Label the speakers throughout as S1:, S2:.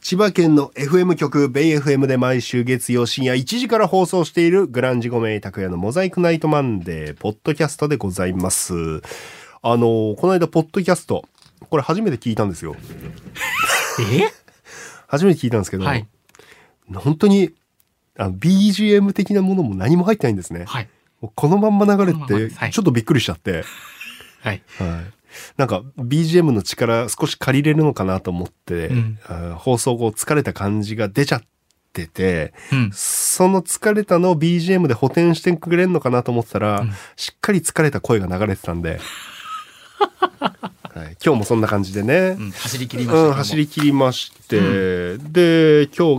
S1: 千葉県の FM 局、ベイ FM で毎週月曜深夜1時から放送しているグランジ5名拓也のモザイクナイトマンデー、ポッドキャストでございます。あの、この間、ポッドキャスト、これ初めて聞いたんですよ。初めて聞いたんですけ
S2: え
S1: ど、
S2: はい。
S1: 本当にあの BGM 的なものも何も入ってないんですね。
S2: はい。
S1: もうこのまんま流れ
S2: このまんまで
S1: て
S2: すは、い
S1: ちょっとびっくりしちゃって。
S2: はい。
S1: はい。なんか BGM の力少し借りれるのかなと思って、
S2: うん
S1: あー放送後疲れた感じが出ちゃってて、
S2: うん。
S1: その疲れたのを BGM で補填してくれるのかなと思ってたら、
S2: うん
S1: しっかり疲れた声が流れてたん で、はい、今日もそんな感じでね
S2: う、ん走り切りました。
S1: うん、走り切りまして、で今日が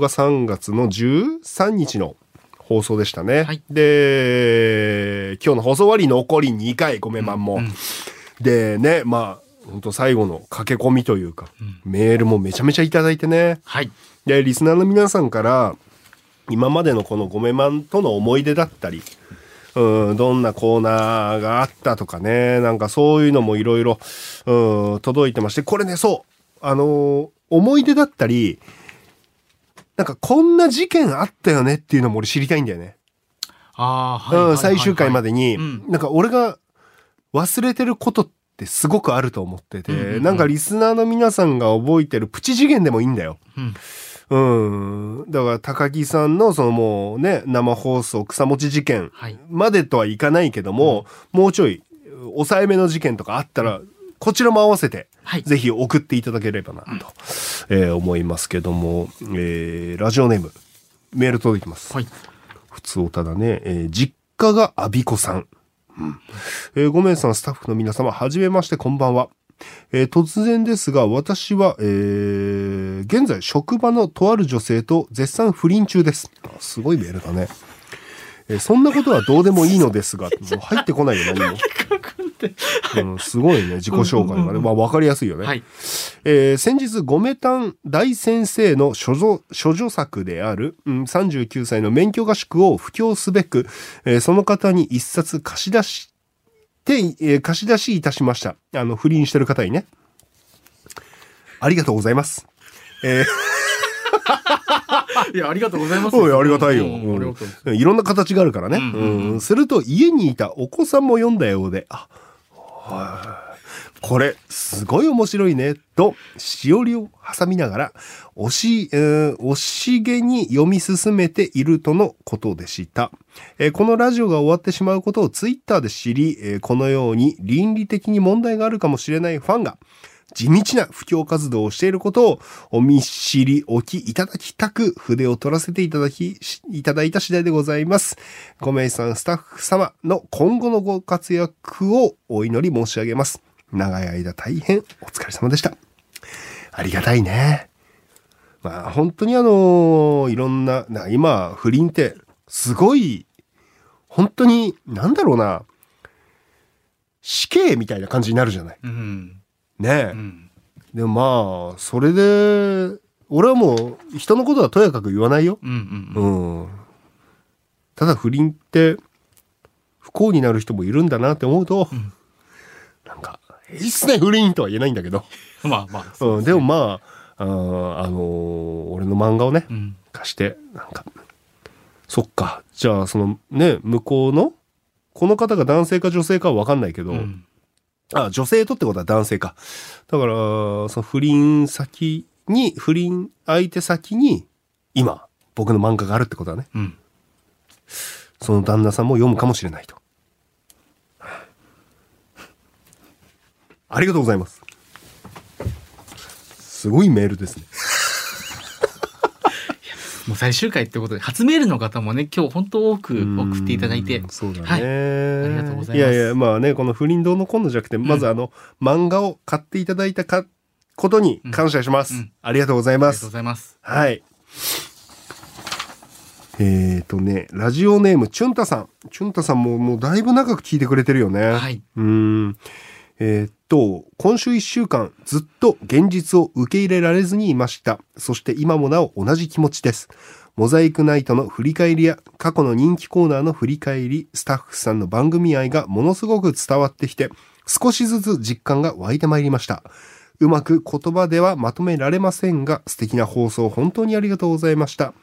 S1: 3月の13日の放送でしたね、
S2: はい
S1: で今日の放送終わり残り2回ごめんまんも、
S2: うん
S1: でねまあ本当最後の駆け込みというか、
S2: うん
S1: メールもめちゃめちゃいただいてね
S2: はい。
S1: でリスナーの皆さんから今までのこの「ごめまん」との思い出だったりうんどんなコーナーがあったとかねなんかそういうのもいろいろうん届いてましてこれねそうあのー思い出だったりなんかこんな事件あったよねっていうのも俺知りたいんだよね。
S2: ああ、はいはいはい
S1: うん
S2: はい。
S1: 最終回までに、
S2: うん
S1: なんか俺が忘れてることってすごくあると思ってて、
S2: うんうんうん
S1: なんかリスナーの皆さんが覚えてるプチ次元でもいいんだよ。
S2: うん。
S1: うん。だから高木さんのそのもうね、生放送草持ち事件
S2: はい。
S1: までとはいかないけども、もうちょい抑えめの事件とかあったら、こちらも合わせて、
S2: はい。
S1: ぜひ送っていただければなと、えー思いますけども、えーラジオネーム、メール届きます。
S2: はい。
S1: 普通おただね、えー実家がアビコさん。うんえーごめんさん、スタッフの皆様、はじめまして、こんばんは。えー突然ですが、私は、えー現在、職場のとある女性と絶賛不倫中です。あすごいメールだね。えーそんなことはどうでもいいのですが、もう入ってこないよ、何も。うん、すごいね、自己紹介がね。まあ、わかりやすいよね。
S2: はい。
S1: えー先日ゴメタン大先生の諸女諸女作である、うん、39歳の免許合宿を布教すべく、えーその方に一冊貸し出して、えー貸し出しいたしましたあの不倫してる方にねありがとうございますえー
S2: いや、ありがとうございます。
S1: おいありがたいよ、
S2: うんありがとうございます
S1: うんいろんな形があるからね、
S2: うん
S1: うんすると家にいたお子さんも読んだようであはいこれすごい面白いねとしおりを挟みながら惜し,、えー惜しげに読み進めているとのことでした、えーこのラジオが終わってしまうことをツイッターで知り、えーこのように倫理的に問題があるかもしれないファンが地道な布教活動をしていることをお見知りおきいただきたく筆を取らせていただき、しいただいた次第でございます。ごめんさん、スタッフ様の今後のご活躍をお祈り申し上げます。長い間大変お疲れ様でした。ありがたいね。まあ本当にあのいろんな、な今不倫ってすごい、本当になんだろうな、死刑みたいな感じになるじゃない。
S2: うん。
S1: ねえ。
S2: うん。
S1: でもまあそれで俺はもう人のことはとやかく言わないよ。
S2: うん。うん。
S1: うん。ただ不倫って不幸になる人もいるんだなって思うと、
S2: ん
S1: なんか「いいっすね不倫」とは言えないんだけど、
S2: まあまあ。
S1: う
S2: そ
S1: ん、
S2: すね
S1: でも。まああーあのー俺の漫画をね
S2: うん。
S1: 貸してなんかそっかじゃあそのね向こうのこの方が男性か女性かは分かんないけど、
S2: うん
S1: あ、女性とってことは男性か。だから、その不倫先に、不倫相手先に、今、僕の漫画があるってことはね、
S2: うん。
S1: その旦那さんも読むかもしれないと。ありがとうございます。すごいメールですね。
S2: もう最終回ってことで、初メールの方もね、今日本当多く送っていただいて
S1: うん。そうだね、
S2: はい。
S1: あ
S2: りがとうございま
S1: いや
S2: す
S1: いや、まあね、この不倫どうのこうのじゃなくて、まずあの、漫画を買っていただいたか、ことに感謝します、
S2: うんうん
S1: ありがとうござい
S2: あり
S1: ま
S2: がと
S1: す
S2: うご。ざいます。
S1: はい。えっ、ー、とね、ラジオネーム、チュンタさん。チュンタさんももうだいぶ長く聞いてくれてるよね。
S2: はい。
S1: うーん。えーっと、今週一週間ずっと現実を受け入れられずにいました。そして今もなお同じ気持ちです。モザイクナイトの振り返りや過去の人気コーナーの振り返り、スタッフさんの番組愛がものすごく伝わってきて、少しずつ実感が湧いてまいりました。うまく言葉ではまとめられませんが、素敵な放送本当にありがとうございました。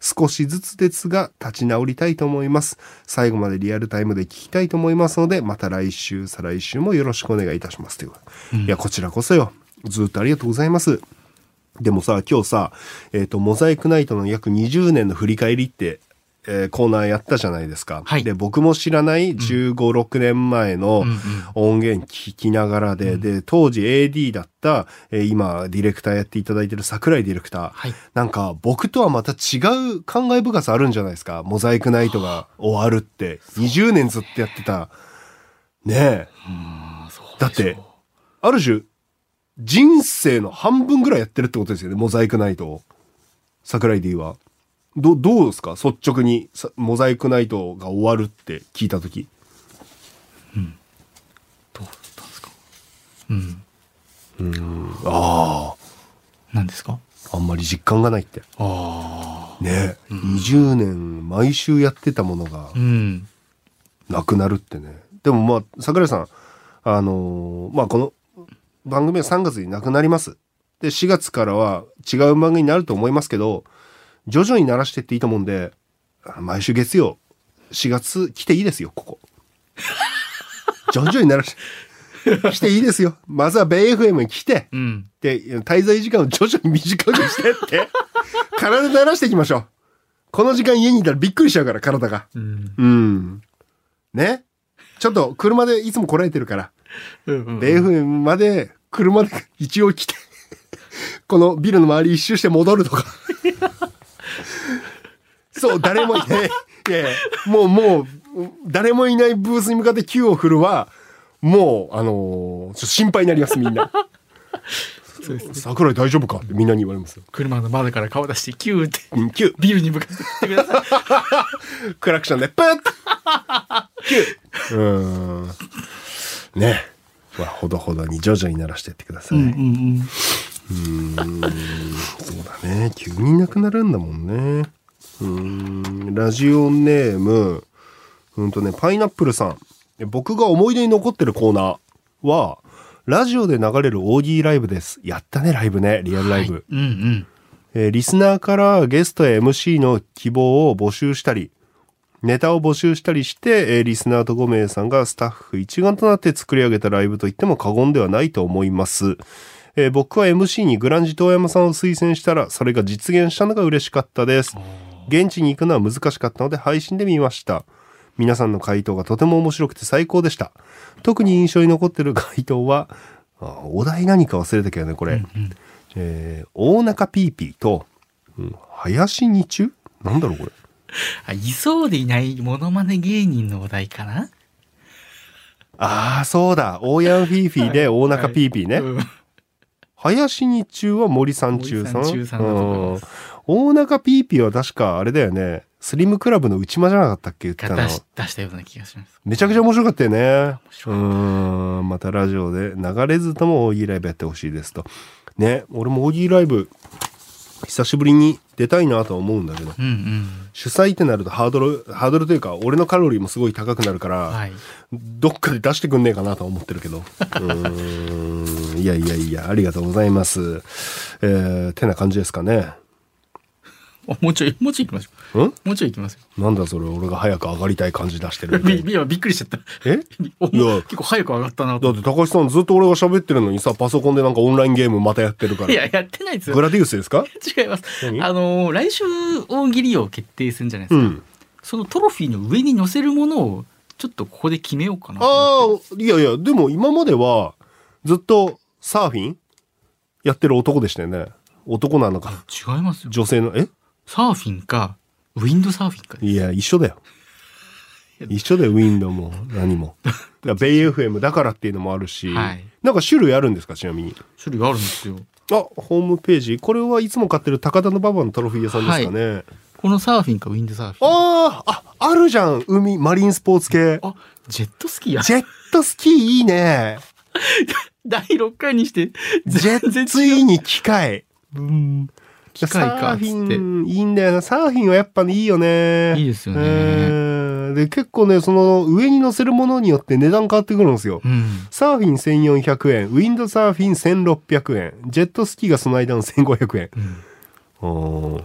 S1: 少しずつですが、立ち直りたいと思います。最後までリアルタイムで聞きたいと思いますので、また来週、再来週もよろしくお願いいたします。ということでいや、こちらこそよ。ずっとありがとうございます。でもさ、今日さ、えっ、と、モザイクナイトの約20年の振り返りって、えーコーナーやったじゃないですか。
S2: はい
S1: で、僕も知らない15、6年前の
S2: うんうん
S1: 音源聞きながらで、で、当時 AD だった、えー今、ディレクターやっていただいてる桜井ディレクター。
S2: はい
S1: なんか、僕とはまた違う感慨深さあるんじゃないですか。モザイクナイトが終わるって。20年ずっとやってた。ねえ。
S2: あーそう
S1: だっ
S2: でしてょ、
S1: ある種、人生の半分ぐらいやってるってことですよね、モザイクナイトを。桜井 D は。ど、どうですか率直に、さモザイクナイトが終わるって聞いたとき。
S2: うどうだったんですかうん
S1: あ
S2: 何ですか
S1: あ、あんまり実感がないって。
S2: あ
S1: ね、20年毎週やってたものが
S2: あうん
S1: なくなるってね。でもまあ、桜井さん、あのーまあこの番組は3月になくなります。で、4月からは違う番組になると思いますけど、徐々に鳴らしてっていいと思うんで、あの毎週月曜、4月来ていいですよ、ここ。徐々に鳴らして、来ていいですよ。まずは BFM に来て、
S2: うん
S1: で、滞在時間を徐々に短くしてって、体鳴らしていきましょう。この時間家にいたらびっくりしちゃうから、体が。
S2: うん
S1: うん。ね。ちょっと車でいつも来られてるから、
S2: うん
S1: 米軍まで車で一応来て、このビルの周り一周して戻るとか。そう、誰もいない。いやいや、もうもう、誰もいないブースに向かって球を振るは、もう、あのーちょっと心配になります、みんな。
S2: そうですね
S1: 桜井大丈夫かってみんなに言われますよ。
S2: 車の窓から顔出してキューって
S1: うん、キュー
S2: ビルに向かって行ってください
S1: クラクションでプッ キューうーんねまあほどほどに徐々に鳴らしてってください、
S2: うんうんうん
S1: そうだね急になくなるんだもんねうーんラジオネームうんとねパイナップルさんえ僕が思い出に残ってるコーナーはラジオで流れるオーギーライブですやったねライブねリアルライブ、
S2: うんうん
S1: えーリスナーからゲストや MC の希望を募集したり、ネタを募集したりして、えーリスナーと5名さんがスタッフ一丸となって作り上げたライブと言っても過言ではないと思います。えー僕は MC にグランジ遠山さんを推薦したら、それが実現したのが嬉しかったです。現地に行くのは難しかったので配信で見ました。皆さんの回答がとても面白くて最高でした。特に印象に残ってる回答は、あお題何か忘れたけどね、これ。えー大中ピーピーと、うん、林日中なんだろうこれ。
S2: あいそうでいないモノマネ芸人のお題かな
S1: ああ、そうだ。大ヤンフィーフィーで大中ピーピーね。
S2: うん
S1: 林日中は森三中さん。
S2: 森三中さんだと思います
S1: うん大中ピーピーは確かあれだよね。スリムクラブの内間じゃなかったっけ言ってた
S2: が
S1: の。
S2: 出し出したような気がします
S1: めちゃくちゃ面白かったよね。う
S2: 白
S1: ーん。またラジオで流れずとも大喜利ライブやってほしいですと。ね、俺も大喜利ライブ、久しぶりに出たいなとは思うんだけど。
S2: うんうん
S1: 主催ってなるとハードル、ハードルというか、俺のカロリーもすごい高くなるから、
S2: はい
S1: どっかで出してくんねえかなとは思ってるけ ど。うーん。いやいやいや、ありがとうございます。えー、てな感じですかね。
S2: あもうちょいもうちょい行きましょ
S1: ん
S2: うもうちょい行きますよ
S1: なんだそれ、俺が早く上がりたい感じ出してるみた い
S2: び
S1: な。
S2: びびっくりしちゃった
S1: え
S2: お
S1: いや
S2: 結構早く上がったなと
S1: だって高橋さんずっと俺が喋ってるのにさ、パソコンでなんかオンラインゲームまたやってるか
S2: い
S1: ら。
S2: ややってないです
S1: グ
S2: よ
S1: ラディウスですか
S2: 違います
S1: 何
S2: あのー来週大喜利を決定するんじゃないで
S1: う
S2: すか、
S1: ん。
S2: そのトロフィーの上に載せるものをちょっとここで決めようかなと
S1: ああ、いやいや、でも今まではずっとサーフィンやってる男でしたよね。男なのか。
S2: 思って違いますよ
S1: 女性の、え
S2: サーフィンかウィンドサーフィンか
S1: いや、一緒だよ。一緒だよ、ウィンドウも、何も。だから、ベイ FM だからっていうのもあるし、
S2: はい
S1: なんか種類あるんですか、ちなみに。
S2: 種類があるんですよ
S1: あ、ホームページ。これはいつも買ってる高田のババのトロフィー屋さんですかね。
S2: このサーフィンかウィンドサーフィン
S1: ああ、あ、あるじゃん。海、マリンスポーツ系。
S2: あジェットスキーや
S1: ジェットスキーいいね。
S2: 第6回にして
S1: ジェットついに機械。
S2: うん機械か
S1: サー
S2: っ
S1: フ
S2: つっ
S1: ィン、いいんだよな。サーフィンはやっぱいいよね。
S2: いいですよね
S1: うんで、結構ね、その上に乗せるものによって値段変わってくるんですよ。
S2: うん。
S1: サーフィン1400円、ウィンドサーフィン1600円、ジェットスキーがその間の1500円。
S2: うん
S1: おー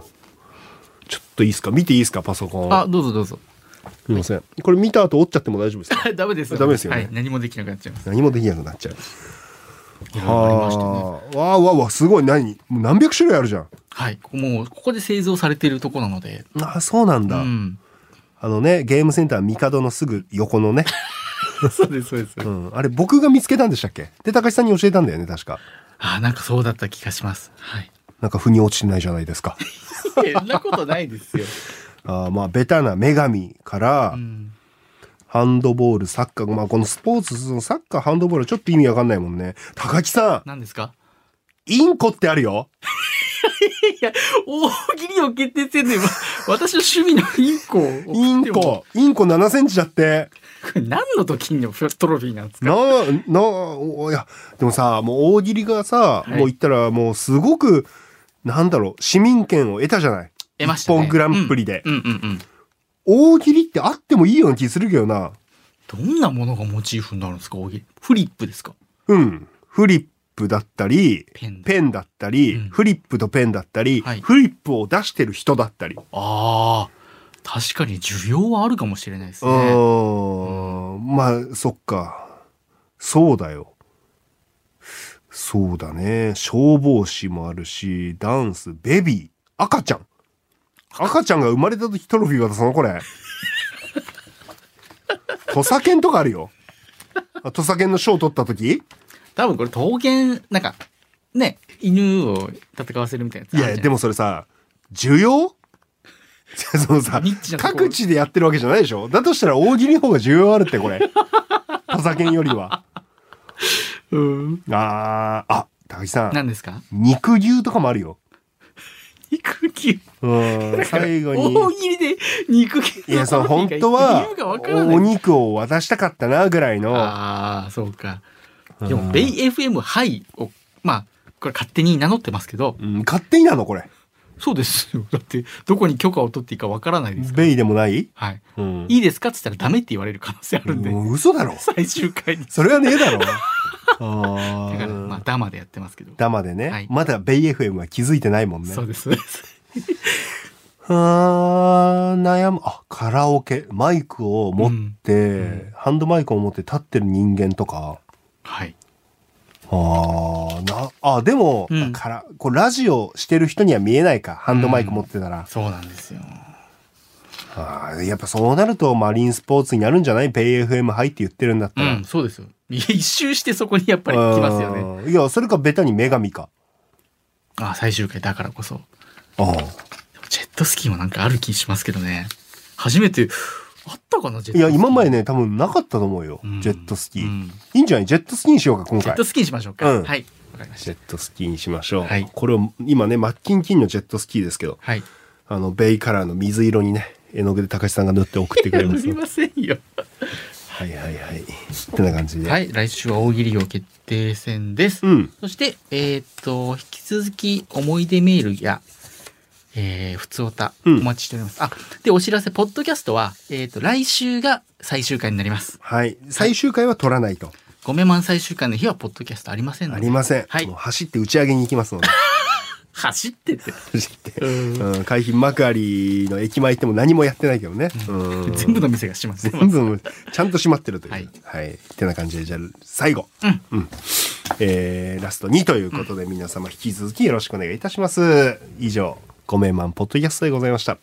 S1: ちょっといいですか見ていいですかパソコン。
S2: あ、どうぞどうぞ。
S1: すいません。これ見た後折っちゃっても大丈夫ですか
S2: ダメですよ。
S1: ダメですよね
S2: はい。何もできなくなっちゃいます。
S1: 何もできなくなっちゃう。
S2: いろいろありましたね。
S1: あーわあわあわあすごい何もう何百種類あるじゃん。
S2: はい。ここもうここで製造されてるとこなので。
S1: あーそうなん
S2: う
S1: だ、
S2: ん。
S1: あのねゲームセンター帝のすぐ横 のね、
S2: そうですそうです。
S1: うん、あれ僕が見つけたんでしたっけで高橋さんに教えたんだよね確か
S2: あ、なんかそうだった気がします。はい。
S1: なんか腑に落ちてないじゃない ですか
S2: そんなことないですよ。
S1: あーまあベタな女神から、
S2: うん。
S1: ハンドボールサッカーまあこのスポーツそのサッカーハンドボールはちょっと意味わかんないもんね高木さん
S2: 何ですか？
S1: インコってあるよ
S2: いや、大喜利を決定戦で、わ私の趣味のインコを送っても。
S1: インコインコ7センチだって
S2: これ何の時にのトロフィーなんですか
S1: ななおいやでもさもう大喜利がさ、
S2: はい
S1: もう言ったらもうすごくなんだろう市民権を得たじゃない
S2: 得ましたね。
S1: 日本グランプリで
S2: うん、うんうん
S1: 大喜利ってあってもいいような気するけどな
S2: うんどんなものがモチーフになるんですか大喜利。フリップですか
S1: うんフリップだったり
S2: ペンで。
S1: ペンだったり、
S2: うん
S1: フリップとペンだったり、
S2: はい
S1: フリップを出してる人だったり、
S2: ああ、確かに需要はあるかもしれないです
S1: う
S2: ね。
S1: ーんまあそっかそうだよそうだね消防士もあるしダンスベビー赤ちゃん赤ちゃんが生まれた時トロフィー渡すのこ れ土佐犬とかあるよあ土佐犬の賞取った時
S2: 多分これ刀剣、なんか、ね、犬を戦わせるみたいないやつあ
S1: や
S2: るじゃない
S1: でもそれさ需要 そのさ
S2: ニッチなところ
S1: 各地でやってるわけじゃないでしょだとしたら大喜利の方が需要あるってこ れ土佐犬よりは
S2: うん。
S1: あーあ高木さん
S2: 何ですか
S1: 肉牛とかもあるよ
S2: 肉球。
S1: うん最後に
S2: 大喜利で肉球
S1: いやその
S2: トロフ
S1: 本
S2: ィーが
S1: 当は
S2: 理由がわからない
S1: お肉を渡したかったなぐらいの
S2: ああ、そうか。
S1: うん
S2: でも、ベイ FM ハイを、まあ、これ勝手に名乗ってますけど、
S1: うん勝手になのこれ
S2: そうですよ。だって、どこに許可を取っていいかわからないですから。
S1: ベイでもない
S2: はい。
S1: うん
S2: いいですかって言ったらダメって言われる可能性あるんで、
S1: もう嘘だろ
S2: 最終回に。
S1: それはねえだ ろ
S2: だから、ま
S1: あ
S2: あ、
S1: ー
S2: ダマでやってますけど。
S1: ダマで
S2: は
S1: ね
S2: い
S1: まだベイ FM は気づいてないもんね
S2: そうです、そうです。
S1: あー悩むあカラオケマイクを持って、ハンドマイクを持って立ってる人間とか
S2: はい。
S1: あーなあでも、
S2: うん
S1: からこうラジオしてる人には見えないかハンドマイク持ってたら、
S2: そうなんですよ。
S1: あーやっぱそうなるとマリンスポーツになるんじゃないペイ FM 入って言ってるんだった
S2: う
S1: ら、
S2: ん、そうですよ。いや一周してそこにやっぱり来ますよね。
S1: ねいやそれかベタに女神か
S2: ああ、最終回だからこそ。
S1: あ
S2: ジェットスキーもなんかある気しますけどね。初めて、あったかな、ジェットスキ
S1: い
S2: ー。
S1: や今までね多分なかったと思うよ、
S2: うん
S1: ジェットスキー、
S2: うん
S1: いいんじゃないジェットスキーにしようか今
S2: ジェ
S1: 回
S2: ットスキーにしましょうか。
S1: うん
S2: はい。わかりまし
S1: ジェ
S2: た。
S1: ットスキーにしましょう、
S2: はい
S1: これを今ねマッキンキンのジェットスキーですけど
S2: はい。
S1: あのベイカラーの水色にね絵の具で高橋さんが塗って送ってくれます
S2: す みませんよ。
S1: はいはいはいってな感じで、
S2: はい。来週は大喜利王決定戦です。
S1: うん
S2: そして、えーっと、引き続き思い出メールや、えー、普通おた、お
S1: うん
S2: 待ちしております。あ、で、お知らせ、ポッドキャストは、えーっと、来週が最終回になります。
S1: はい最終回は撮らないと、
S2: ごめんまん最終回の日は、ポッドキャストありませんの
S1: あ
S2: で。
S1: りません、
S2: はい
S1: もう走って打ち上げに行きますので
S2: 走ってて。
S1: 走って、うん、海浜幕張の駅前行っても何もやってないけどね、うん、
S2: 全部の店がします。
S1: 全部ちゃんと閉まってるという。は
S2: はいい。
S1: ってな感じで、じゃあ、最後。うん。えーラスト2ということで、皆様引き続きよろしくお願いいたします。以上、ごめんマンポッドキャストでございました。